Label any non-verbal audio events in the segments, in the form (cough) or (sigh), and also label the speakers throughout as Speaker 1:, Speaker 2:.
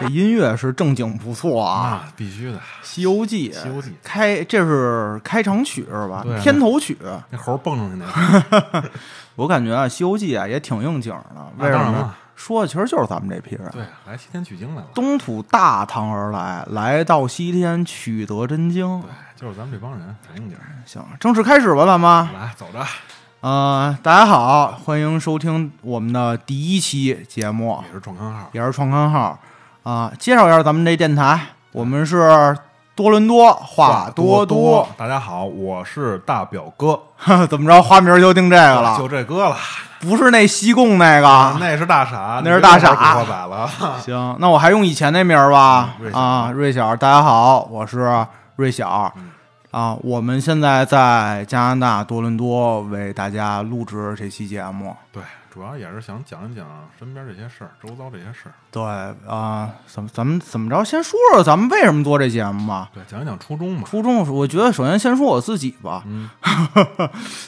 Speaker 1: 这音乐是正经不错啊，
Speaker 2: 啊，必须的。
Speaker 1: 《西游记》
Speaker 2: 西游记
Speaker 1: 开这是开场曲是吧
Speaker 2: 对？啊
Speaker 1: 片头曲， (laughs)
Speaker 2: 那猴蹦上去那个，
Speaker 1: 我感觉啊，《西游记啊》也挺应景的。为
Speaker 2: 啊当
Speaker 1: 什
Speaker 2: 然
Speaker 1: 么
Speaker 2: 了？
Speaker 1: 说的其实就是咱们这批人。
Speaker 2: (laughs) 对，来西天取经来了，
Speaker 1: 东土大唐而来，来到西天取得真经。
Speaker 2: 对，哎就是咱们这帮人，肯定点儿。啊
Speaker 1: 行，正式开始吧，咱们。
Speaker 2: 来，走着，
Speaker 1: 呃，大家好，欢迎收听我们的第一期节目，
Speaker 2: 也是创刊号，
Speaker 1: 也是创刊号啊、介绍一下咱们这电台，我们是多伦多话
Speaker 2: 多
Speaker 1: 多，。
Speaker 2: 大家好，我是大表哥，
Speaker 1: (laughs) 怎么着，花名就定这个
Speaker 2: 啊就
Speaker 1: 了，
Speaker 2: 这哥了，
Speaker 1: 不是那西贡那个。
Speaker 2: 啊那是大傻，
Speaker 1: 那是大傻
Speaker 2: 你别玩古惑仔了。
Speaker 1: 行，那我还用以前那名儿吧
Speaker 2: 嗯瑞。小
Speaker 1: 啊，瑞小，大家好，我是瑞小。啊，我们现在在加拿大多伦多为大家录制这期节目。
Speaker 2: (laughs) 对，主要也是想讲一讲身边这些事儿，周遭这些事儿，
Speaker 1: 对啊、怎么咱们怎么着？先说说咱们为什么做这节目吧。
Speaker 2: 对，讲一讲初衷吧。
Speaker 1: 初衷，我觉得首先先说我自己吧。
Speaker 2: 嗯，
Speaker 1: (laughs)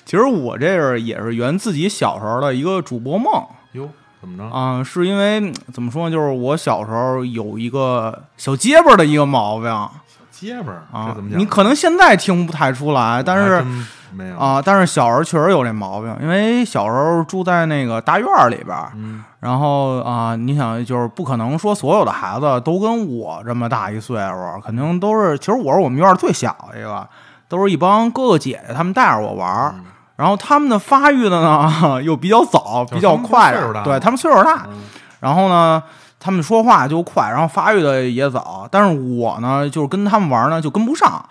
Speaker 1: 其实我这是也是圆自己小时候的一个主播梦
Speaker 2: 哟，怎么着？
Speaker 1: 啊、是因为嗯怎么说呢？就是我小时候有一个小结巴的一个毛病啊、
Speaker 2: 结巴儿，这怎么讲？
Speaker 1: 你可能现在听不太出来，但
Speaker 2: 我还
Speaker 1: 是
Speaker 2: 真没有，
Speaker 1: 啊、但是小时候确实有这毛病，因为小时候住在那个大院儿里边儿，
Speaker 2: 嗯
Speaker 1: 然后啊、你想就是不可能说所有的孩子都跟我这么大一岁数，肯定都是，其实我是我们院儿最小的一个，都是一帮哥哥姐姐他们带着我玩儿。
Speaker 2: 嗯
Speaker 1: 然后他们的发育的呢 (laughs) 又比较早，
Speaker 2: 就是
Speaker 1: 比较快
Speaker 2: 他们岁数大，
Speaker 1: 对他们岁数大，
Speaker 2: 嗯
Speaker 1: 然后呢，他们说话就快，然后发育的也早，但是我呢，就是跟他们玩呢就跟不上，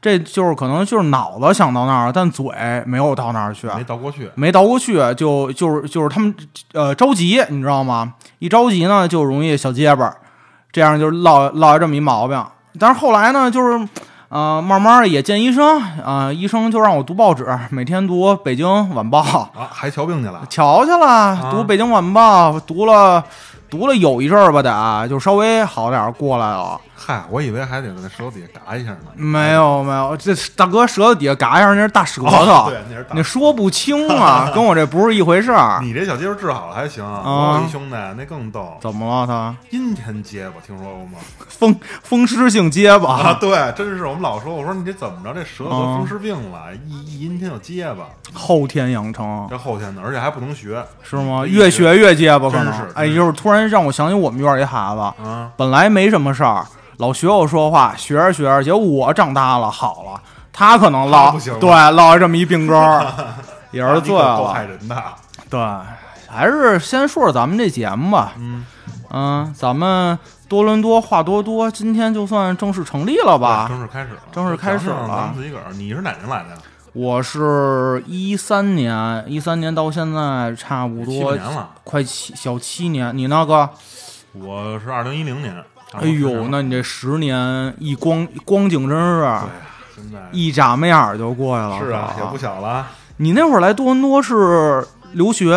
Speaker 1: 这就是可能就是脑子想到那儿，但嘴没有到那儿去，
Speaker 2: 没倒过去，
Speaker 1: 没倒过去，就就是就是他们呃着急，你知道吗？一着急呢就容易小结巴，这样就落落下这么一毛病。但是后来呢，就是呃慢慢地也见医生啊、呃医生就让我读报纸，每天读《北京晚报》。
Speaker 2: 啊，还瞧病去了，
Speaker 1: 瞧瞧
Speaker 2: 啊
Speaker 1: 了，读《北京晚报》读了读了有一阵儿吧得，就稍微好点儿过来了。
Speaker 2: 嗨，我以为还得在舌头底下嘎一下呢。
Speaker 1: 没有没有，这大哥舌头底下嘎一下，那是大舌头，
Speaker 2: 哦嗯对那是大嗯
Speaker 1: 你说不清
Speaker 2: (laughs)
Speaker 1: 啊，跟我这不是一回事儿。
Speaker 2: 你这小结巴治好了还行，
Speaker 1: 啊
Speaker 2: 我有一兄弟那更逗，
Speaker 1: 怎么了他？
Speaker 2: 阴天结巴，听说过吗？
Speaker 1: 风风湿性结巴、
Speaker 2: 啊，对，真是我们老说，我说你这怎么着，这舌得
Speaker 1: 啊
Speaker 2: 风湿病了，一一阴天就结巴，
Speaker 1: 后天养成
Speaker 2: 这后天的，而且还不能学
Speaker 1: 是吗？
Speaker 2: 嗯
Speaker 1: 越学越结巴，可
Speaker 2: 真是
Speaker 1: 能。
Speaker 2: 真
Speaker 1: 哎，
Speaker 2: 是
Speaker 1: 就是突然让我想起我们院儿一孩子，
Speaker 2: 啊，
Speaker 1: 本来没什么事儿，老学我说话，学着学着，结果我长大了好了，他可能
Speaker 2: 他
Speaker 1: 落
Speaker 2: 不行了
Speaker 1: 对落下这么一病根
Speaker 2: (laughs)
Speaker 1: 儿，啊也是醉
Speaker 2: 啊那你可够害
Speaker 1: 了。
Speaker 2: 人的，
Speaker 1: 对，还是先说说咱们这节目吧。
Speaker 2: 嗯，
Speaker 1: 嗯，咱们多伦多话多多，今天就算正式成立了
Speaker 2: 对
Speaker 1: 吧？
Speaker 2: 正式开始了，
Speaker 1: 正式开始了
Speaker 2: 讲讲咱们自己个儿，你是哪年来的呀？
Speaker 1: 我是一三年，一三年到现在差不
Speaker 2: 七
Speaker 1: 多
Speaker 2: 八年了，
Speaker 1: 快七小七年，你那个，
Speaker 2: 我是二零一零年，啊
Speaker 1: 哎
Speaker 2: 哦
Speaker 1: 呦，那你这十年一光光景真是啊
Speaker 2: 对，现在
Speaker 1: 一眨眼儿就过去了。
Speaker 2: 是啊，
Speaker 1: 吧
Speaker 2: 也不小了，
Speaker 1: 你那会儿来多伦多是留学，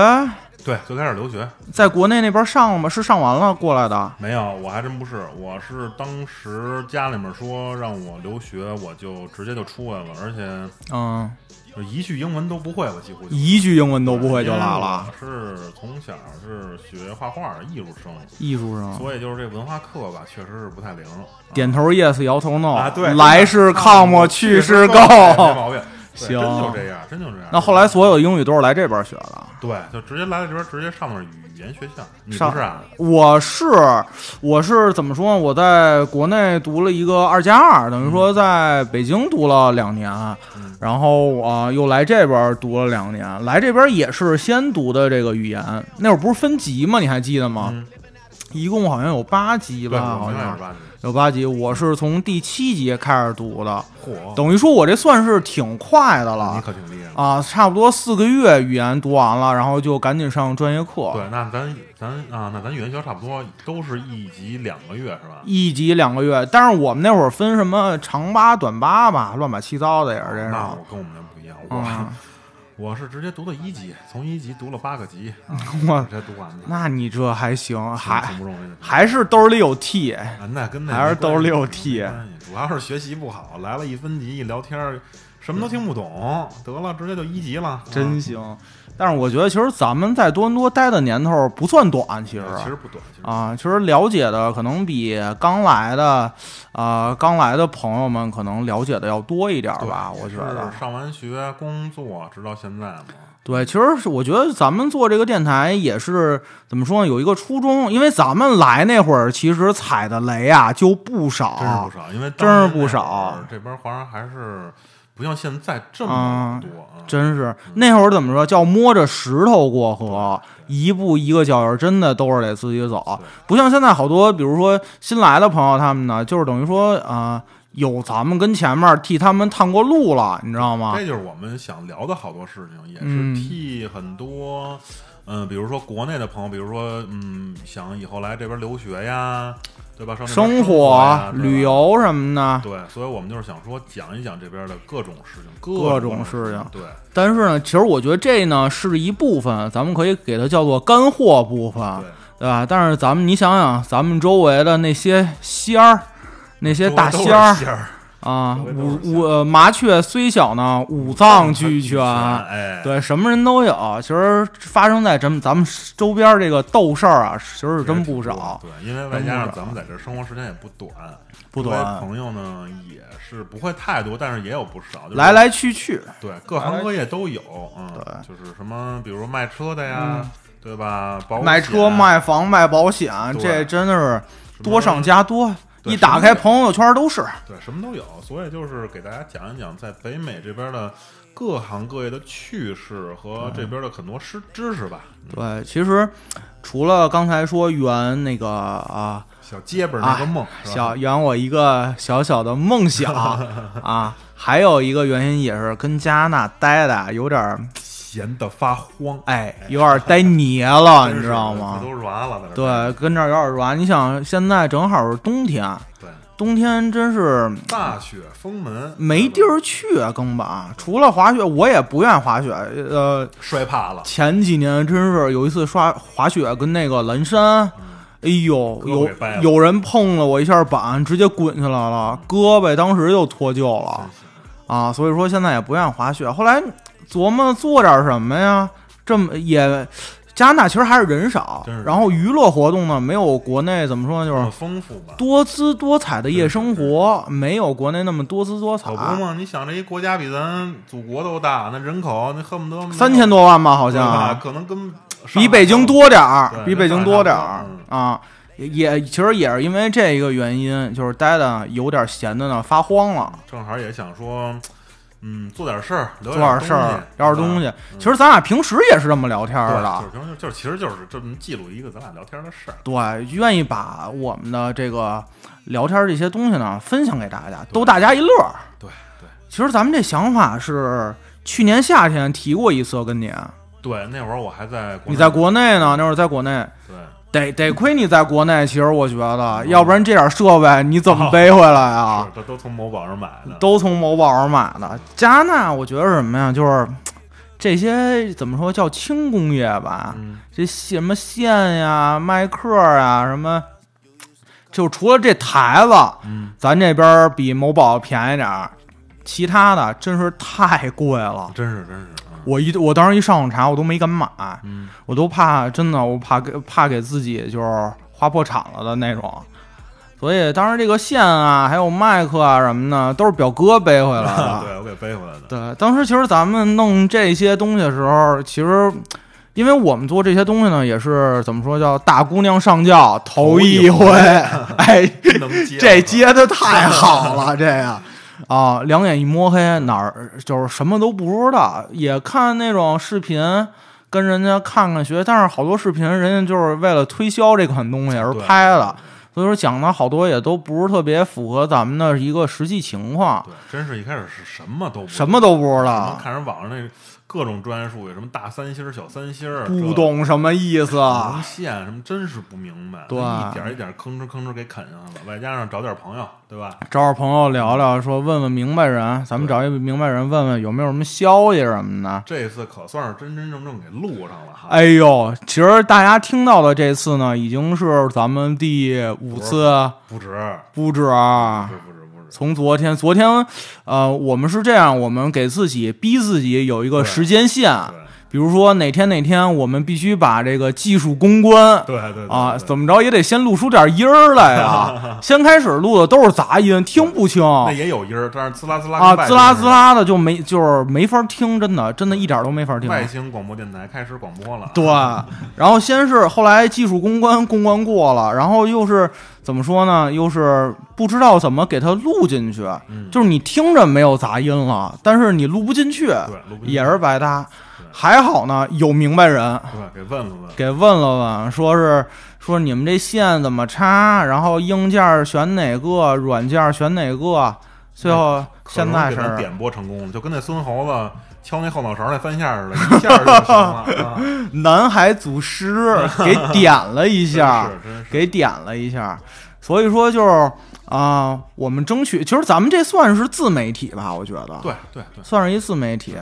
Speaker 2: 对，最开始留学，
Speaker 1: 在国内那边上了吗？是上完了过来的。
Speaker 2: 没有，我还真不是，我是当时家里面说让我留学，我就直接就出来了，而且
Speaker 1: 嗯，
Speaker 2: 就一句英文都不会了，几乎就
Speaker 1: 一句英文都不会就来了。。
Speaker 2: 因为我是从小是学画画的艺术生，
Speaker 1: 艺术生
Speaker 2: 所以就是这文化课吧，确实是不太灵。
Speaker 1: 点头 yes，摇头 no，、
Speaker 2: 啊，对，
Speaker 1: 来是
Speaker 2: 靠
Speaker 1: 抗漠，去是
Speaker 2: 够，
Speaker 1: go。
Speaker 2: 哎没毛病。对
Speaker 1: 行
Speaker 2: 真就这样，真就这样。
Speaker 1: 那后来所有英语都是来这边学的。
Speaker 2: 对，就直接来了这边，直接上的语言学校。你
Speaker 1: 上
Speaker 2: 不是啊？
Speaker 1: 我是我是怎么说呢？我在国内读了一个二加二，等于说在北京读了两年，
Speaker 2: 嗯
Speaker 1: 然后啊、又来这边读了两年。来这边也是先读的这个语言，那会儿不是分级吗？你还记得吗？
Speaker 2: 嗯，
Speaker 1: 一共好像有八级
Speaker 2: 对，
Speaker 1: 啊吧，
Speaker 2: 我
Speaker 1: 好
Speaker 2: 们那
Speaker 1: 像
Speaker 2: 是吧？
Speaker 1: 有八级。我是从第七级开始读的，
Speaker 2: 嚯，
Speaker 1: 等于说我这算是挺快的
Speaker 2: 你
Speaker 1: 了
Speaker 2: 可挺厉害了。
Speaker 1: 啊，差不多四个月语言读完了，然后就赶紧上专业课。
Speaker 2: 对，那咱咱啊，那咱语言学校差不多都是一级两个月是吧？
Speaker 1: 一级两个月，但是我们那会儿分什么长八、短八吧，乱八七糟的也是这
Speaker 2: 那
Speaker 1: 种
Speaker 2: 我。跟我们那不一样，我、
Speaker 1: 嗯，
Speaker 2: (laughs) 我是直接读的一级，从一级读了八个级，啊
Speaker 1: (laughs) 我
Speaker 2: 直接读完的，
Speaker 1: 那你这还行，
Speaker 2: 挺
Speaker 1: 还
Speaker 2: 挺不容易的。
Speaker 1: 还是兜里有 T，
Speaker 2: 啊那跟那
Speaker 1: 还是兜里有
Speaker 2: 题，
Speaker 1: T 啊
Speaker 2: 没关系主要是学习不好，来了一分级一聊天儿，什么都听不懂，得了，直接就一级了，啊
Speaker 1: 真行。但是我觉得，其实咱们在多伦多待的年头不算短，其实
Speaker 2: 其实不短，其实
Speaker 1: 啊，其实了解的可能比刚来的，呃，刚来的朋友们可能了解的要多一点儿吧，我觉得
Speaker 2: 是。上完学、工作，直到现在嘛，
Speaker 1: 对，其实是我觉得咱们做这个电台也是怎么说呢，有一个初衷，因为咱们来那会儿其实踩的雷啊就不少，
Speaker 2: 真是不少。因为
Speaker 1: 啊真是不
Speaker 2: 当时那
Speaker 1: 少
Speaker 2: 会儿这边华人还是不像现在这么多啊。
Speaker 1: 真是那会儿怎么说叫摸着石头过河，一步一个脚印儿，真的都是得自己走
Speaker 2: 对，
Speaker 1: 不像现在好多，比如说新来的朋友他们呢，就是等于说啊、呃有咱们跟前面替他们探过路了，你知道吗
Speaker 2: 这？就是我们想聊的好多事情，也
Speaker 1: 啊嗯
Speaker 2: 是替很多，嗯、比如说国内的朋友，比如说，嗯，想以后来这边留学呀，对吧？上这边
Speaker 1: 生
Speaker 2: 活
Speaker 1: 活
Speaker 2: 呀、、对吧
Speaker 1: 旅，游什么的，
Speaker 2: 对，所以我们就是想说讲一讲这边的各种事情，
Speaker 1: 各
Speaker 2: 各
Speaker 1: 种事
Speaker 2: 事
Speaker 1: 情
Speaker 2: 对，
Speaker 1: 但是呢，其实我觉得这呢是一部分，咱们可以给它叫做干货部分，
Speaker 2: 对，
Speaker 1: 对吧？但是咱们你想想，咱们周围的那些仙儿，那些大
Speaker 2: 周围
Speaker 1: 仙
Speaker 2: 都
Speaker 1: 儿
Speaker 2: 是，仙儿，
Speaker 1: 啊，
Speaker 2: 周围都
Speaker 1: 五
Speaker 2: 是
Speaker 1: 五呃麻雀虽小呢，五
Speaker 2: (laughs)
Speaker 1: 脏俱全。
Speaker 2: 哎，，
Speaker 1: 对，什么人都有。其实发生在咱们咱们周边这个斗事儿啊，其实是真不少，
Speaker 2: 对，因为外
Speaker 1: 真
Speaker 2: 加
Speaker 1: 不
Speaker 2: 上
Speaker 1: 少
Speaker 2: 咱们在这生活时间也不短，
Speaker 1: 不
Speaker 2: 周围
Speaker 1: 短，
Speaker 2: 朋友呢也是不会太多，但是也有不少，就是
Speaker 1: 来来去去。
Speaker 2: 对，各行各业都有，嗯，
Speaker 1: 对
Speaker 2: 就是什么，比如卖车的呀，对吧？保险啊
Speaker 1: 买车、嗯卖房、卖保险，
Speaker 2: 对
Speaker 1: 这真的是
Speaker 2: 什么
Speaker 1: 多上加多。
Speaker 2: 对
Speaker 1: 一打开
Speaker 2: 什么
Speaker 1: 朋友圈都是，
Speaker 2: 对，什么都有。所以就是给大家讲一讲，在北美这边的各行各业的趣
Speaker 1: 嗯
Speaker 2: 事和这边的很多知知识吧。
Speaker 1: 对，其实除了刚才说圆那个啊，
Speaker 2: 小结巴那个梦，是吧
Speaker 1: 小圆我一个小小的梦
Speaker 2: (laughs)
Speaker 1: 想啊，还有一个原因也是跟加拿大待的啊有点儿
Speaker 2: 闲得发慌，
Speaker 1: 哎，有点呆捏了，啊
Speaker 2: 真
Speaker 1: 你
Speaker 2: 哎是
Speaker 1: 知道
Speaker 2: 的
Speaker 1: 吗
Speaker 2: 腿？都软了，在这
Speaker 1: 对，跟这儿有点软。你想，现在正好是冬天，
Speaker 2: 对，
Speaker 1: 冬天真是
Speaker 2: 大雪封门，
Speaker 1: 没地儿去啊，根本除了滑雪，我也不愿滑雪。呃，
Speaker 2: 摔怕了，
Speaker 1: 前几年真是有一次刷滑雪跟那个蓝山。哎呦，
Speaker 2: 胳膊
Speaker 1: 有
Speaker 2: 给掰了
Speaker 1: 有人碰了我一下板，直接滚下来了，胳膊当时就脱臼了。
Speaker 2: 是
Speaker 1: 啊，所以说现在也不愿意滑雪。后来琢磨做点什么呀，这么也加拿大其实还是人少
Speaker 2: 真，是哦
Speaker 1: 然后娱乐活动呢没有国内怎么说呢，就
Speaker 2: 这
Speaker 1: 是
Speaker 2: 么丰富吧。
Speaker 1: 多姿多彩的夜生活，没有国内那么多姿多彩
Speaker 2: 可。不嘛！你想，这一国家比咱祖国都大，那人口那恨不得没有
Speaker 1: 三千多万吧，好像
Speaker 2: 对吧
Speaker 1: 啊
Speaker 2: 可能跟
Speaker 1: 比北京多点儿
Speaker 2: 对，
Speaker 1: 比北京多点儿
Speaker 2: 上海差不嗯
Speaker 1: 啊。也也其实也是因为这个原因，就是待的有点闲的呢，发慌了。
Speaker 2: 正好也想说，嗯，做点事儿，聊
Speaker 1: 做点
Speaker 2: 东
Speaker 1: 事儿，
Speaker 2: 西嗯
Speaker 1: 聊点东。西。其实咱俩平时也是这么聊天
Speaker 2: 对
Speaker 1: 儿的
Speaker 2: 吧，对就是就是，其实就是这么记录一个咱俩聊天的事儿。
Speaker 1: 对，愿意把我们的这个聊天儿这些东西呢分享给大家，逗大家一乐儿。
Speaker 2: 对对
Speaker 1: 其实咱们这想法是去年夏天提过一次，跟您，
Speaker 2: 对，那会儿我还在国内
Speaker 1: 你在国内呢，那会儿在国内，
Speaker 2: 对
Speaker 1: 得得亏你在国内，其实我觉得，要不然这点儿设备你怎么背回来啊？
Speaker 2: 嗯是这都从某宝上买的，
Speaker 1: 都从某宝上买的。加拿大，我觉得是什么呀？就是这些怎么说叫轻工业吧？
Speaker 2: 嗯，
Speaker 1: 这什么线呀、麦克呀、什么，就除了这台子，
Speaker 2: 嗯，
Speaker 1: 咱这边儿比某宝便宜点儿，其他的真是太贵了。
Speaker 2: 真是真是，嗯
Speaker 1: 我一我当时一上网查，我都没敢买，
Speaker 2: 嗯，
Speaker 1: 我都怕真的，我怕给怕给自己就是花破产了的那种。所以当时这个线啊，还有麦克啊什么的，都是表哥背回来的。
Speaker 2: (laughs) 对我给背回来的，
Speaker 1: (laughs) 对，当时其实咱们弄这些东西的时候，其实因为我们做这些东西呢，也是怎么说叫大姑娘上轿头一回， (laughs)
Speaker 2: 头一
Speaker 1: 哎，
Speaker 2: 真能接
Speaker 1: 这接的太好了，这个。啊，两眼一摸黑，哪儿就是什么都不知道，也看那种视频，跟人家看看学，但是好多视频人家就是为了推销这款东西而
Speaker 2: 对
Speaker 1: 拍的，所以说讲的好多也都不是特别符合咱们的一个实际情况，
Speaker 2: 对，真是一开始是什么都不
Speaker 1: 什么都不知
Speaker 2: 然
Speaker 1: 道
Speaker 2: 后。看人网上那各种专业术语，什么大三星儿、小三星儿，
Speaker 1: 不懂什么意思
Speaker 2: 这
Speaker 1: 啊
Speaker 2: 红！线什么，真是不明白，
Speaker 1: 对
Speaker 2: 一点一点吭哧吭哧给啃上了。外加上找点朋友，对吧？
Speaker 1: 找点朋友聊聊，说问问明白人，咱们找一明白人问问有没有什么消息什么的。
Speaker 2: 这次可算是真真正正给录上了哈。
Speaker 1: 哎呦，其实大家听到的这次呢，已经是咱们第五次不
Speaker 2: 不止，
Speaker 1: 止。
Speaker 2: 不止，不止，不止。
Speaker 1: 从昨天，昨天，呃，我们是这样，我们给自己逼自己有一个
Speaker 2: 对
Speaker 1: 时间线，
Speaker 2: 对，
Speaker 1: 比如说哪天哪天我们必须把这个技术攻关
Speaker 2: 对对对
Speaker 1: 啊，
Speaker 2: 对
Speaker 1: 怎么着也得先录出点音儿来啊。
Speaker 2: (laughs)
Speaker 1: 先开始录的都是杂音，听不清
Speaker 2: 那也有音儿，但是滋啦滋啦
Speaker 1: 啊，
Speaker 2: 跟外
Speaker 1: 滋啦
Speaker 2: 星
Speaker 1: 滋啦的就没就是没法听，真的真的一点都没法听。
Speaker 2: 外星广播电台开始广播了，
Speaker 1: (laughs)
Speaker 2: 啊
Speaker 1: 对，然后先是后来技术攻关攻关过了，然后又是怎么说呢？又是不知道怎么给它录进去，
Speaker 2: 嗯
Speaker 1: 就是你听着没有杂音了，但是你录不进去，
Speaker 2: 对，录不进去
Speaker 1: 也是白搭
Speaker 2: 对。
Speaker 1: 还好呢，有明白人
Speaker 2: 对，给问了问，
Speaker 1: 给问了问，说是说你们这线怎么插，然后硬件选哪个，软件选哪个，最后
Speaker 2: 可
Speaker 1: 现
Speaker 2: 能
Speaker 1: 在
Speaker 2: 给咱
Speaker 1: 是
Speaker 2: 点播成功了，就跟那孙猴子敲那后脑勺那三下似的，一下就
Speaker 1: (laughs)
Speaker 2: 行了啊！
Speaker 1: 南海祖
Speaker 2: (laughs)
Speaker 1: 师给点了一
Speaker 2: 真
Speaker 1: 下。
Speaker 2: 是真是
Speaker 1: 给点了一下，所以说就是啊、我们争取，其实咱们这算是自媒体吧，我觉得，
Speaker 2: 对对对，
Speaker 1: 算是一自媒体。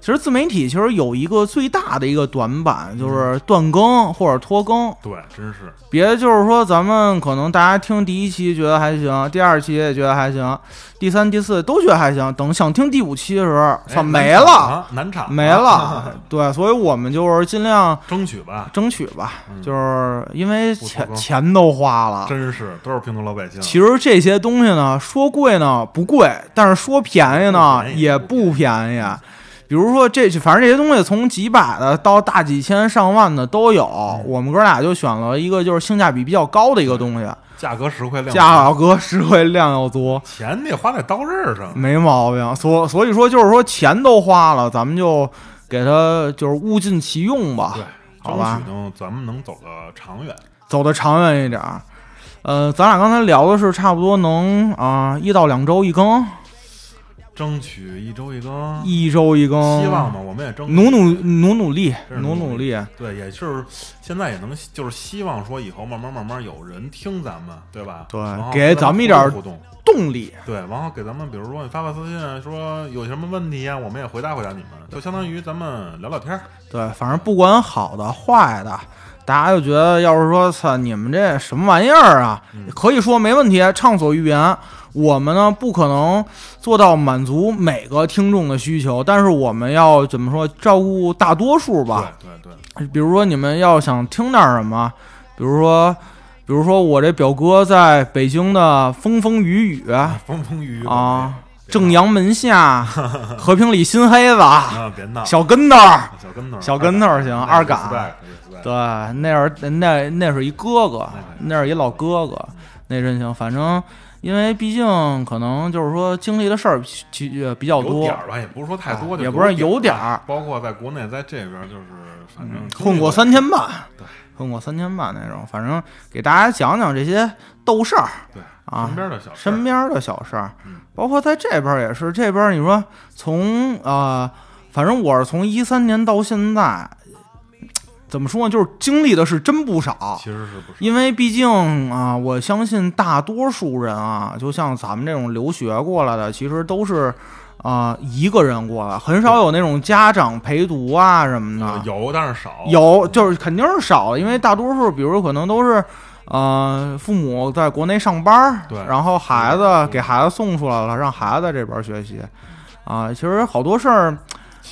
Speaker 1: 其实自媒体其实有一个最大的一个短板，就是断更或者拖更。
Speaker 2: 对，真是
Speaker 1: 别就是说咱们可能大家听第一期觉得还行，第二期也觉得还行，第三、第四都觉得还行，等想听第五期的时候，
Speaker 2: 哎
Speaker 1: 操没
Speaker 2: 难产
Speaker 1: 了，
Speaker 2: 啊难产啊
Speaker 1: 没了，。对，所以我们就是尽量。
Speaker 2: (laughs) 争取吧，
Speaker 1: 争取吧，
Speaker 2: 嗯
Speaker 1: 就是因为
Speaker 2: 不拖
Speaker 1: 钱
Speaker 2: 更
Speaker 1: 钱都花了，
Speaker 2: 真是都是平头老百姓。
Speaker 1: 其实这些东西呢，说贵呢不贵，但是说便宜呢
Speaker 2: 不便宜
Speaker 1: 也不便宜。比如说这，反正这些东西从几百的到大几千、上万的都有。
Speaker 2: 嗯
Speaker 1: 我们哥俩就选了一个就是性价比比较高的一个东西，
Speaker 2: 价格实惠，量
Speaker 1: 价啊格实惠，量又足，
Speaker 2: 钱得花在刀刃上。
Speaker 1: 没毛病。所所以说就是说钱都花了，咱们就给它就是物尽其用吧。
Speaker 2: 对，
Speaker 1: 好
Speaker 2: 争
Speaker 1: 吧
Speaker 2: 取能咱们能走得长远。
Speaker 1: 走得长远一点儿。呃，咱俩刚才聊的是差不多能啊、一到两周一更，
Speaker 2: 争取一周一更，
Speaker 1: 一周一更，
Speaker 2: 希望嘛，我们也争取
Speaker 1: 努努努努力，
Speaker 2: 真是
Speaker 1: 努
Speaker 2: 努
Speaker 1: 力。
Speaker 2: 对，也就是现在也能，就是希望说以后慢慢慢慢有人听咱们，对吧？
Speaker 1: 对
Speaker 2: 然后
Speaker 1: 给咱们一点儿
Speaker 2: 互动，
Speaker 1: 动力，
Speaker 2: 对，然后给咱们比如说你发发私信啊，说有什么问题啊，我们也回答回答你们，就相当于咱们聊聊天儿。
Speaker 1: 对，反正不管好的坏的，大家就觉得要是说操你们这什么玩意儿啊，可以说没问题，畅所欲言。我们呢不可能做到满足每个听众的需求，但是我们要怎么说照顾大多数吧？
Speaker 2: 对对对，
Speaker 1: 比如说你们要想听点儿什么，比如说，比如说我这表哥在北京的风风雨雨
Speaker 2: 啊风风雨雨
Speaker 1: 啊，
Speaker 2: 别
Speaker 1: 正阳门 (laughs) 下、和平里新黑子、
Speaker 2: 啊，别闹，
Speaker 1: 小跟头儿，
Speaker 2: 小跟头儿，
Speaker 1: 小跟头儿行二杆
Speaker 2: 杆，respect，respect
Speaker 1: 对，那是那那是一哥哥，
Speaker 2: 嗯
Speaker 1: 那是一老哥哥，那真行。反正因为毕竟可能就是说经历的事儿其其比较
Speaker 2: 有
Speaker 1: 多
Speaker 2: 点，儿吧，也不是说太多，
Speaker 1: 啊
Speaker 2: 就
Speaker 1: 也不是有
Speaker 2: 点
Speaker 1: 点儿嗯
Speaker 2: 吧包括在国内，在这边儿就是反正经历
Speaker 1: 混过三天半
Speaker 2: 嗯对，
Speaker 1: 混过三天半那种。反正给大家讲讲这些斗事儿。
Speaker 2: 对
Speaker 1: 啊
Speaker 2: 身边的小事儿
Speaker 1: 身边的小事儿
Speaker 2: 嗯，
Speaker 1: 包括在这边儿也是。这边儿你说从啊、呃反正我是从一三年到现在，怎么说呢？就是经历的是真不少，
Speaker 2: 其实是不是？
Speaker 1: 因为毕竟啊、我相信大多数人啊，就像咱们这种留学过来的，其实都是。啊、一个人过来，很少有那种家长陪读啊什么的
Speaker 2: 啊，有但是少，
Speaker 1: 有，就是肯定是少，因为大多数，比如可能都是，呃，父母在国内上班儿，
Speaker 2: 对
Speaker 1: 然后孩
Speaker 2: 嗯
Speaker 1: 子给孩子送出来了，让孩子在这边儿学习，啊、其实好多事儿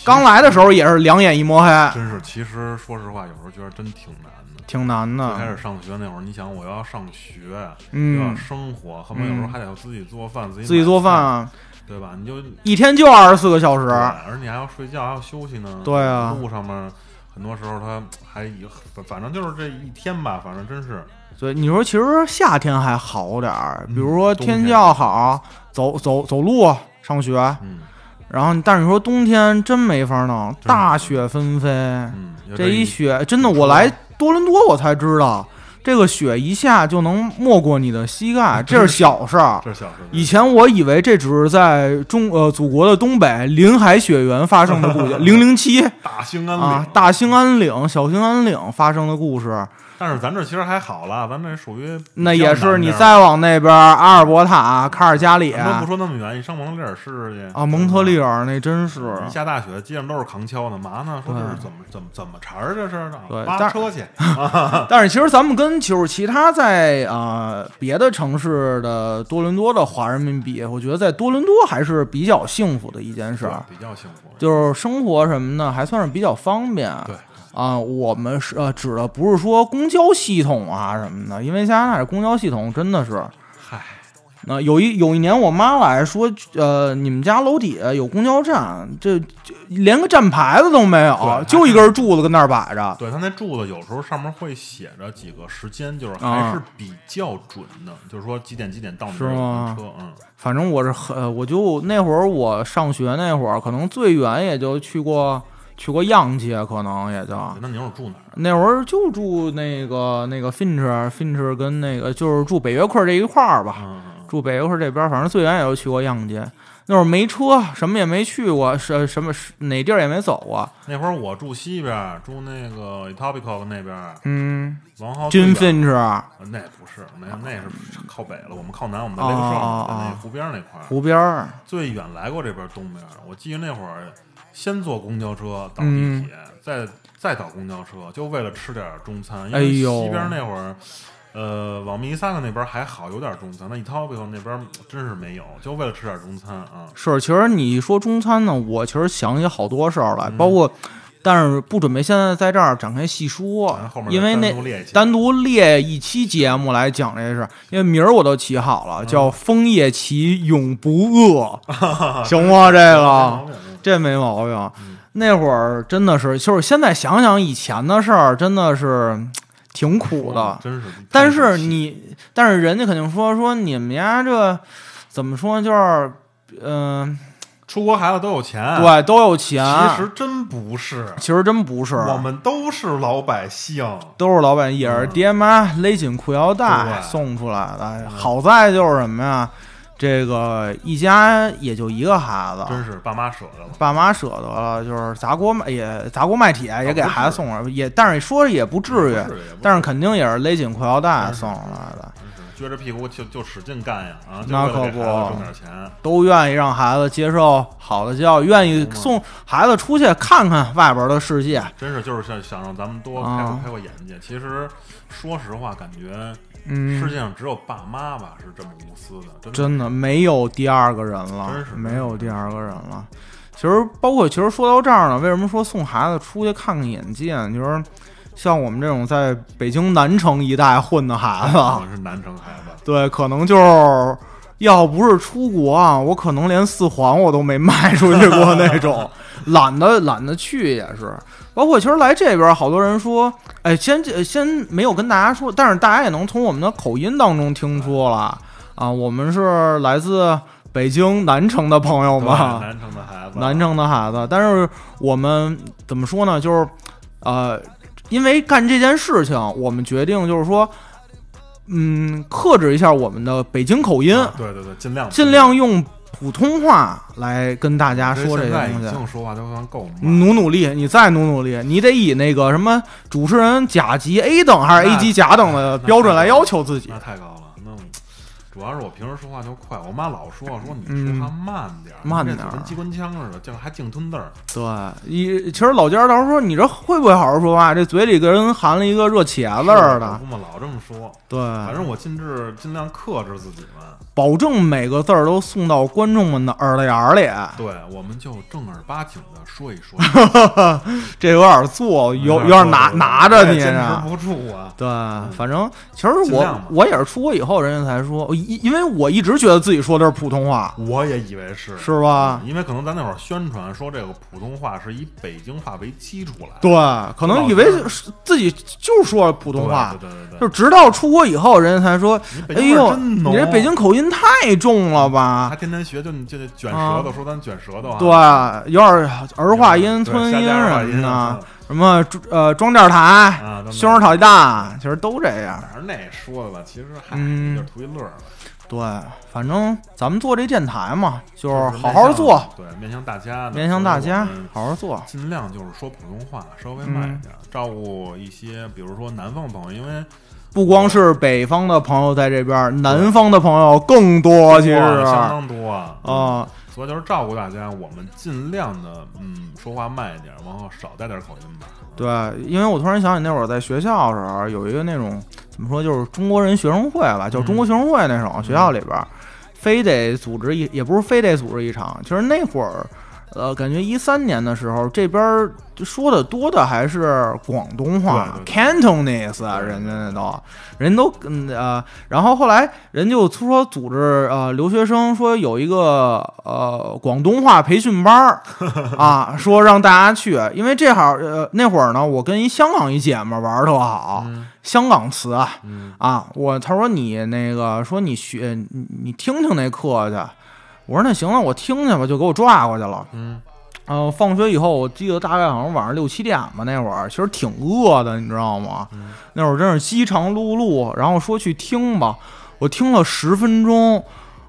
Speaker 1: 刚来的时候也是两眼一抹黑，
Speaker 2: 真是，其实说实话，有时候觉得真挺难的。
Speaker 1: 挺难
Speaker 2: 最开
Speaker 1: 的，
Speaker 2: 始上学那会儿，你想我要上学，又要
Speaker 1: 嗯嗯，
Speaker 2: 生活，恨不得有时候还得自己做饭，自己
Speaker 1: 自己做
Speaker 2: 买菜，
Speaker 1: 饭啊
Speaker 2: 对吧？你就
Speaker 1: 一天就二十四个小时
Speaker 2: 对，而你还要睡觉，还要休息呢。
Speaker 1: 对啊
Speaker 2: 路上面很多时候他还以，反正就是这一天吧，反正真是
Speaker 1: 所以你说其实夏天还好点儿，比如
Speaker 2: 嗯
Speaker 1: 说
Speaker 2: 冬
Speaker 1: 天
Speaker 2: 天
Speaker 1: 气要好，走走走路上学，
Speaker 2: 嗯
Speaker 1: 然后但是你说冬天真没法弄，
Speaker 2: 真
Speaker 1: 大
Speaker 2: 没法
Speaker 1: 雪纷飞。
Speaker 2: 嗯，有
Speaker 1: 这一
Speaker 2: 一
Speaker 1: 雪真的，
Speaker 2: 你
Speaker 1: 我
Speaker 2: 说
Speaker 1: 来多伦多我才知道，这个雪一下就能没过你的膝盖，嗯这是小事儿。
Speaker 2: 这小事儿
Speaker 1: 以前我以为这只是在中呃祖国的东北临海雪原发生的故事，零零七啊
Speaker 2: 大兴安岭
Speaker 1: 啊，大兴安岭、小兴安岭发生的故事。
Speaker 2: 但是咱这其实还好啦，咱这属于
Speaker 1: 那也是你
Speaker 2: 在
Speaker 1: 再往那边阿尔伯塔、卡尔加里
Speaker 2: 咱都不
Speaker 1: 啊，
Speaker 2: 说那么远，你上蒙特利尔试试去
Speaker 1: 蒙特利尔那真是
Speaker 2: 一下大雪，街上都是扛锹的，嘛呢？说这是
Speaker 1: 对
Speaker 2: 怎么怎么怎么茬儿？这是啊
Speaker 1: 对
Speaker 2: 扒
Speaker 1: 但
Speaker 2: 车去，
Speaker 1: 但是其实咱们跟就是其他在啊、呃别的城市的多伦多的华人们比，我觉得在多伦多还是比较幸福的一件事儿，
Speaker 2: 比较幸福。
Speaker 1: 就是生活什么的还算是比较方便。
Speaker 2: 对，
Speaker 1: 啊、我们是呃指的不是说公交系统啊什么的，因为加拿大的公交系统真的是，
Speaker 2: 嗨，
Speaker 1: 那、啊有一有一年我妈来说，呃，你们家楼底下有公交站，这这连个站牌子都没有
Speaker 2: 对，
Speaker 1: 就一
Speaker 2: (laughs)
Speaker 1: 根柱子跟那儿摆着。
Speaker 2: 对他那柱子有时候上面会写着几个时间，就是还是比较准的，就是说几点几点到你这
Speaker 1: 啊
Speaker 2: 儿
Speaker 1: 是
Speaker 2: 有
Speaker 1: 吗
Speaker 2: 公车，嗯，
Speaker 1: 反正我是很，呃我就那会儿我上学那会儿，可能最远也就去过去过样街，可能也就
Speaker 2: 那你要是住哪儿？啊
Speaker 1: 那会儿就住那个那个 Finch Finch 跟那个就是住北约克这一块儿吧，
Speaker 2: 嗯，
Speaker 1: 住北约克这边儿，反正最远也就去过样街。那会儿没车，什么也没去过，什什么哪地儿也没走过。
Speaker 2: 那会儿我住西边，住那个 Etobicoke 那边，
Speaker 1: 嗯，
Speaker 2: 王浩
Speaker 1: 军
Speaker 2: 最远呃
Speaker 1: Finch
Speaker 2: 那不是，那那是靠北了，我们靠南，我们在雷克绍
Speaker 1: 哦
Speaker 2: 尔
Speaker 1: 哦哦
Speaker 2: 那湖边儿那块儿，
Speaker 1: 湖边儿，
Speaker 2: 最远来过这边东边儿，我记得那会儿先坐公交车倒
Speaker 1: 嗯
Speaker 2: 地铁，再再倒公交车，就为了吃点中餐。因
Speaker 1: 哎
Speaker 2: 为
Speaker 1: 呦
Speaker 2: 西边那会儿，呃，往密西萨克那边还好有点中餐，那伊塔比克那边嗯真是没有，就为了吃点中餐啊。
Speaker 1: 是，其实你一说中餐呢，我其实想起好多事儿
Speaker 2: 嗯
Speaker 1: 来，包括，但是不准备现在在这儿展开细说
Speaker 2: 咱啊后，面
Speaker 1: 因为那
Speaker 2: 单独列一期
Speaker 1: 单独列一期节目来讲这事儿，因为名儿我都起好了，
Speaker 2: 嗯
Speaker 1: 叫《枫叶起永不
Speaker 2: (laughs)
Speaker 1: 饿》，行吗？这个
Speaker 2: 没毛病嗯
Speaker 1: 这没毛病。那会儿真的是，就是现在想想以前的事儿，真的是挺苦的。
Speaker 2: 嗯真是。
Speaker 1: 但是你，但是人家肯定说说你们家这怎么说呢，就是嗯、
Speaker 2: 出国孩子都有钱，，
Speaker 1: 对，都有钱。
Speaker 2: 哎其实真不是，
Speaker 1: 其实真不是，啊
Speaker 2: 我们都是老百姓。
Speaker 1: 都是老板，也是爹妈勒紧裤腰带
Speaker 2: 对嗯
Speaker 1: 送出来的。哎好在就是什么呀，这个一家也就一个孩子。
Speaker 2: 真是爸妈舍得了，
Speaker 1: 爸妈舍得了，就是砸锅卖也砸锅卖
Speaker 2: 啊
Speaker 1: 铁，也给孩子送上，也但是说也不至于
Speaker 2: 也不至于也不至于，哎
Speaker 1: 但是肯定也是勒紧裤腰带送上来的，
Speaker 2: 真是嗯撅着屁股就就使劲干呀啊！就
Speaker 1: 那
Speaker 2: 为了
Speaker 1: 可
Speaker 2: 给
Speaker 1: 不
Speaker 2: 孩子挣点钱，
Speaker 1: 都愿意让孩子接受好的教育，愿意
Speaker 2: 嗯
Speaker 1: 送孩子出去看看外边的世界。
Speaker 2: 真是就是想想让咱们多开阔
Speaker 1: 啊
Speaker 2: 开阔眼界。其实说实话，感觉世
Speaker 1: 嗯，
Speaker 2: 界上只有爸妈吧是这么无私的，真的
Speaker 1: 真的没有第二个人了
Speaker 2: 真是，
Speaker 1: 没有第二个人了。其实，包括其实说到这儿呢，为什么说送孩子出去看看眼界呢？就是像我们这种在北京南城一带混的孩子，
Speaker 2: 可能是南城孩子。
Speaker 1: 对，可能就是要不是出国啊，我可能连四环我都没迈出去过那种，
Speaker 2: (laughs)
Speaker 1: 懒得懒得去也是。包括其实来这边儿，好多人说，哎，先呃先没有跟大家说，但是大家也能从我们的口音当中听出了啊，我们是来自北京南城的朋友
Speaker 2: 对
Speaker 1: 们，
Speaker 2: 南城的孩子，啊
Speaker 1: 南城的孩子，但是我们怎么说呢？就是，呃，因为干这件事情，我们决定就是说，嗯，克制一下我们的北京口音，
Speaker 2: 啊对对对，尽量
Speaker 1: 尽量用普通话来跟大家说这个
Speaker 2: 现在
Speaker 1: 东
Speaker 2: 已
Speaker 1: 西。嗯
Speaker 2: 经说话都算够慢，
Speaker 1: 努努力，你再努努力，你得以那个什么主持人甲级 A 等还是 A 级甲等的标准来要求自己
Speaker 2: 那。太高了。那主要是我平时说话就快，我妈老说说你
Speaker 1: 嗯
Speaker 2: 说话慢点儿，
Speaker 1: 慢
Speaker 2: 你这
Speaker 1: 点儿
Speaker 2: 嘴跟机关枪似的，就还净吞字儿。
Speaker 1: 对，一其实老家儿到时候说你这会不会好好说话？这嘴里跟含了一个热茄子似
Speaker 2: 我
Speaker 1: 的。
Speaker 2: 姑妈老这么说，
Speaker 1: 对，
Speaker 2: 反正我尽致尽量克制自己嘛。
Speaker 1: 保证每个字儿都送到观众们的耳朵眼儿里，
Speaker 2: 对，我们就正儿八经的说一说，
Speaker 1: 这有点做， (laughs) 有有点拿拿着你
Speaker 2: 哎坚
Speaker 1: 呢
Speaker 2: 持。不住啊。
Speaker 1: 对，反正其实
Speaker 2: 尽量
Speaker 1: 我
Speaker 2: 吧
Speaker 1: 我也是出国以后，人家才说，我因因为我一直觉得自己说的是普通话，
Speaker 2: 我也以为是嗯
Speaker 1: 是啊吧？
Speaker 2: 因为可能咱那会儿宣传说这个普通话是以北京话为基础来的，
Speaker 1: 对，可能以为是自己就说普
Speaker 2: 对
Speaker 1: 通话，
Speaker 2: 对对对
Speaker 1: 就
Speaker 2: 对，
Speaker 1: 直到出国以后，人家才说
Speaker 2: 你，北
Speaker 1: 哎
Speaker 2: 京味儿
Speaker 1: 呦，
Speaker 2: 真
Speaker 1: 你
Speaker 2: 浓啊
Speaker 1: 这北京口音太重了吧
Speaker 2: 还？天天学就你就得卷
Speaker 1: 啊
Speaker 2: 舌头，说咱卷舌头啊，
Speaker 1: 对，有点儿儿化音、
Speaker 2: 对
Speaker 1: 吞
Speaker 2: 瞎
Speaker 1: 音
Speaker 2: 加儿化
Speaker 1: 什么
Speaker 2: 音
Speaker 1: 的
Speaker 2: 啊。
Speaker 1: 什么呃庄店台、
Speaker 2: 啊，
Speaker 1: 西红柿炒鸡蛋，其实都这样。
Speaker 2: 反正那说的吧，其实嗨，
Speaker 1: 嗯
Speaker 2: 就是图一乐儿吧，
Speaker 1: 对，反正咱们做这电台嘛，就是
Speaker 2: 就是
Speaker 1: 哦好好做，，
Speaker 2: 对，面向大家嗯的，
Speaker 1: 面向大家
Speaker 2: 所以我们，
Speaker 1: 好好做。
Speaker 2: 尽量就是说普通话，稍微慢一点，照顾一些，比如说南方朋友，因为
Speaker 1: 不光是北方的朋友在这边，南方的朋友更多，其实
Speaker 2: 哇相
Speaker 1: 啊、
Speaker 2: 当多啊，所以就是照顾大家，我们尽量的，嗯，说话慢一点，然后少带点口音吧。
Speaker 1: 对，因为我突然想起那会儿在学校的时候，有一个那种怎么说，就是中国人学生会吧，叫中国学生会那种、学校里边，非得组织一，也不是非得组织一场，其实那会儿。呃，感觉一三年的时候，这边儿说的多的还是广东话
Speaker 2: 对对
Speaker 1: （Cantonese），啊
Speaker 2: 对
Speaker 1: 人家那都，人都嗯呃，然后后来人就说组织呃留学生说有一个呃广东话培训班儿啊，说让大家去，因为这好呃那会儿呢，我跟一香港一姐们儿玩儿特好，香港词啊
Speaker 2: 嗯，
Speaker 1: 啊，我她说你那个说你学你你听听那课去，我说那行了，我听去吧，就给我抓过去了。
Speaker 2: 嗯，
Speaker 1: 嗯、放学以后，我记得大概好像晚上六七点吧，那会儿其实挺饿的，你知道吗？
Speaker 2: 嗯
Speaker 1: 那会儿真是饥肠辘辘，然后说去听吧，我听了十分钟，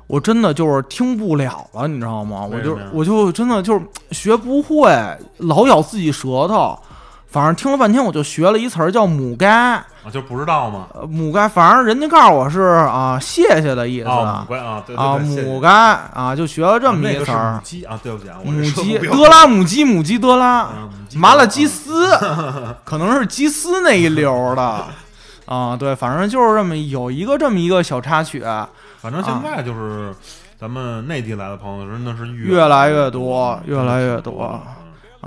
Speaker 1: 我真的就是听不了了，你知道吗？我
Speaker 2: 为
Speaker 1: 就
Speaker 2: 什么呀
Speaker 1: 我就真的就是学不会，老咬自己舌头，反正听了半天，我就学了一词儿叫母该，
Speaker 2: 啊，就不知道吗？
Speaker 1: 呃母该，反正人家告诉我是啊谢谢的意思。
Speaker 2: 啊，母乖啊，对
Speaker 1: 啊，
Speaker 2: 对对，谢谢
Speaker 1: 母该啊，就学了这么
Speaker 2: 啊那
Speaker 1: 一
Speaker 2: 个
Speaker 1: 词
Speaker 2: 是
Speaker 1: 儿、
Speaker 2: 母鸡啊，对不起啊，我
Speaker 1: 母
Speaker 2: 这说
Speaker 1: 鸡
Speaker 2: 不标
Speaker 1: 德拉母鸡母鸡德拉
Speaker 2: 啊母鸡德拉
Speaker 1: 麻辣鸡丝， (laughs) 可能是鸡丝那一溜儿
Speaker 2: (laughs)
Speaker 1: 的啊。对，反正就是这么有一个这么一个小插曲，啊
Speaker 2: 反正现在就是咱们内地来的朋友，真的是
Speaker 1: 越来越
Speaker 2: 越
Speaker 1: 多
Speaker 2: 嗯
Speaker 1: 越来越
Speaker 2: 真的挺
Speaker 1: 多
Speaker 2: 的嗯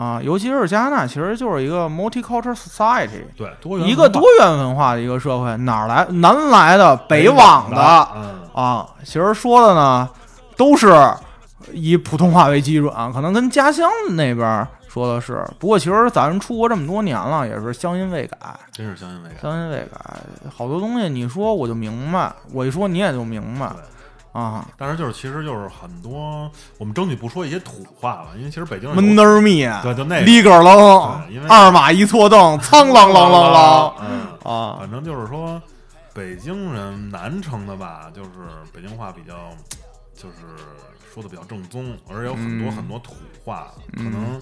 Speaker 1: 啊，尤其是加拿大，其实就是一个 multicultural society，
Speaker 2: 对，多元
Speaker 1: 一
Speaker 2: 文
Speaker 1: 个
Speaker 2: 化
Speaker 1: 多元文化的一个社会，哪儿来南来的北往
Speaker 2: 往
Speaker 1: 的
Speaker 2: 嗯，
Speaker 1: 啊，其实说的呢都是以普通话为基准，啊可能跟家乡那边儿说的是，不过其实咱们出国这么多年了，也是乡音未改。
Speaker 2: 真是相信未来。
Speaker 1: 乡音未改，好多东西你说我就明白，我一说你也就明白
Speaker 2: 对
Speaker 1: 啊。
Speaker 2: 但是就是，其实就是很多，我们争取不说一些土话吧，因为其实北京人
Speaker 1: 闷儿密，
Speaker 2: 对，就那个
Speaker 1: 立个楞
Speaker 2: 对因为，
Speaker 1: 二马一错蹬，苍啷啷啷
Speaker 2: 嗯，
Speaker 1: 啷啊！
Speaker 2: 反正就是说，北京人南城的吧，就是北京话比较，就是说的比较正宗，而且有很多
Speaker 1: 嗯
Speaker 2: 很多土话，可能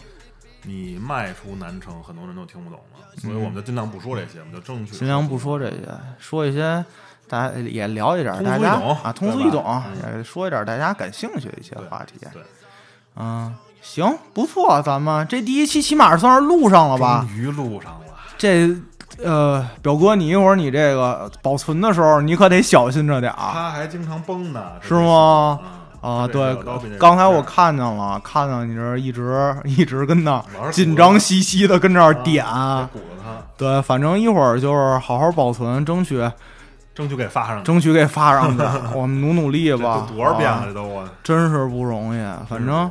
Speaker 2: 你迈出南城，很多人都听不懂了，所以我们就尽量不说这些，我们就争取
Speaker 1: 尽量不说这些，说一些大家也聊一点儿
Speaker 2: 通
Speaker 1: 大
Speaker 2: 俗
Speaker 1: 家
Speaker 2: 易懂
Speaker 1: 啊通俗
Speaker 2: 对吧
Speaker 1: 易懂，
Speaker 2: 嗯
Speaker 1: 也说一点儿大家感兴趣的一些
Speaker 2: 对
Speaker 1: 话题。
Speaker 2: 对，
Speaker 1: 嗯，行，不错，咱们这第一期起码算是录上了吧？啊
Speaker 2: 终于录上了，
Speaker 1: 这呃，表哥，你一会儿你这个保存的时候，你可得小心着点儿。
Speaker 2: 他还经常崩呢，
Speaker 1: 是吗
Speaker 2: 这个？
Speaker 1: 啊，
Speaker 2: 这
Speaker 1: 对
Speaker 2: 个小刀比那，个
Speaker 1: 刚才我
Speaker 2: 大
Speaker 1: 看见了，看到你这一直 (laughs) 一直跟那
Speaker 2: 老
Speaker 1: 儿
Speaker 2: 是
Speaker 1: 紧
Speaker 2: 鼓
Speaker 1: 张
Speaker 2: 着
Speaker 1: 兮兮的跟这儿
Speaker 2: 啊
Speaker 1: 点，
Speaker 2: 鼓了他，
Speaker 1: 对，反正一会儿就是好好保存，争取
Speaker 2: 争取给发上去。
Speaker 1: 争取给发上
Speaker 2: (laughs)
Speaker 1: 去，我们努努力
Speaker 2: 这都
Speaker 1: 吧。
Speaker 2: 多少遍
Speaker 1: 啊
Speaker 2: 了？这都我，
Speaker 1: 真是不容易，反正
Speaker 2: 嗯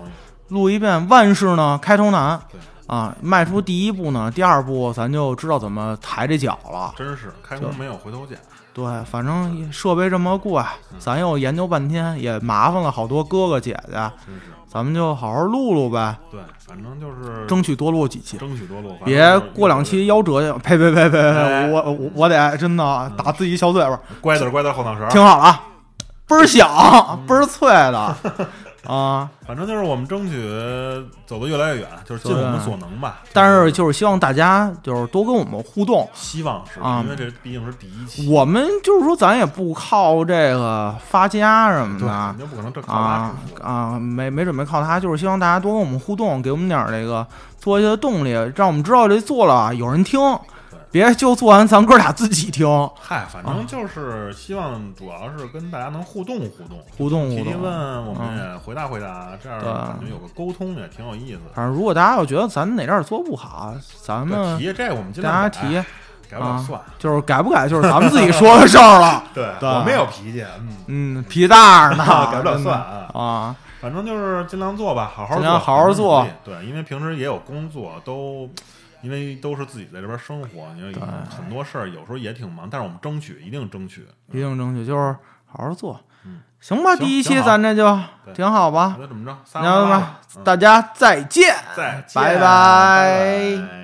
Speaker 1: 录一遍万事呢开头难
Speaker 2: 对
Speaker 1: 啊，迈出第一步呢，第二步咱就知道怎么抬这脚了。
Speaker 2: 真是开工没有回头箭，
Speaker 1: 对，反正设备这么贵，咱又研究半天，也麻烦了好多哥哥姐姐，
Speaker 2: 真是
Speaker 1: 咱们就好好录录呗，
Speaker 2: 对，反正就是
Speaker 1: 争取多录几期。
Speaker 2: 争取多录，反正
Speaker 1: 别
Speaker 2: 就是
Speaker 1: 过两期夭折去！呸呸呸呸呸！
Speaker 2: 哎嗯
Speaker 1: 我我我得真的打自己小嘴巴，
Speaker 2: 乖点儿乖点儿后脑勺儿。
Speaker 1: 听好了啊，
Speaker 2: 嗯
Speaker 1: 倍儿响，倍儿脆的啊！
Speaker 2: 反正就是我们争取走得越来越远，就是尽我们所能吧。
Speaker 1: 但是就是希望大家就是多跟我们互动，
Speaker 2: 希望是
Speaker 1: 啊
Speaker 2: 因为这毕竟是第一期，
Speaker 1: 我们就是说咱也不靠这个发家什么
Speaker 2: 对，
Speaker 1: 的
Speaker 2: 肯定不可能这靠拉
Speaker 1: 啊
Speaker 2: 致富。
Speaker 1: 啊，没没准备靠它，就是希望大家多跟我们互动，给我们点儿这个做一些动力，让我们知道这做了有人听
Speaker 2: 对，
Speaker 1: 别就做完咱哥俩自己听，
Speaker 2: 嗨，反正就是希望主要是跟大家能互动互动，
Speaker 1: 互动
Speaker 2: 提
Speaker 1: 互
Speaker 2: 提
Speaker 1: 动。
Speaker 2: 问我们也回答回答，这样
Speaker 1: 对
Speaker 2: 感觉有个沟通也挺有意思的。
Speaker 1: 反正如果大家要觉得咱哪点儿做不好，咱
Speaker 2: 对
Speaker 1: 们
Speaker 2: 提这我们尽
Speaker 1: 大
Speaker 2: 量
Speaker 1: 家
Speaker 2: 改
Speaker 1: 提，
Speaker 2: 改不了
Speaker 1: 啊
Speaker 2: 算。。
Speaker 1: 就是改不改就是咱们自己说的事儿了
Speaker 2: 对，
Speaker 1: 对
Speaker 2: 我没有脾气，嗯，，
Speaker 1: 嗯，皮蛋儿呢
Speaker 2: 改不了
Speaker 1: 真的
Speaker 2: 算啊。
Speaker 1: 啊。
Speaker 2: 反正就是尽量做吧，好好
Speaker 1: 尽
Speaker 2: 做，
Speaker 1: 量好好做
Speaker 2: 努力。对，因为平时也有工作，都因为都是自己在这边生活，因为很多事儿有时候也挺忙，但是我们争取，一定争取。
Speaker 1: 一定争取，就是好好做。
Speaker 2: 嗯
Speaker 1: 行吧，
Speaker 2: 行
Speaker 1: 第一期
Speaker 2: 挺好
Speaker 1: 咱这就
Speaker 2: 对
Speaker 1: 挺好吧，
Speaker 2: 那怎么着？撒
Speaker 1: 明白
Speaker 2: 拉
Speaker 1: 吗
Speaker 2: 吧？嗯
Speaker 1: 大家再见，
Speaker 2: 再见，
Speaker 1: 拜
Speaker 2: 拜拜。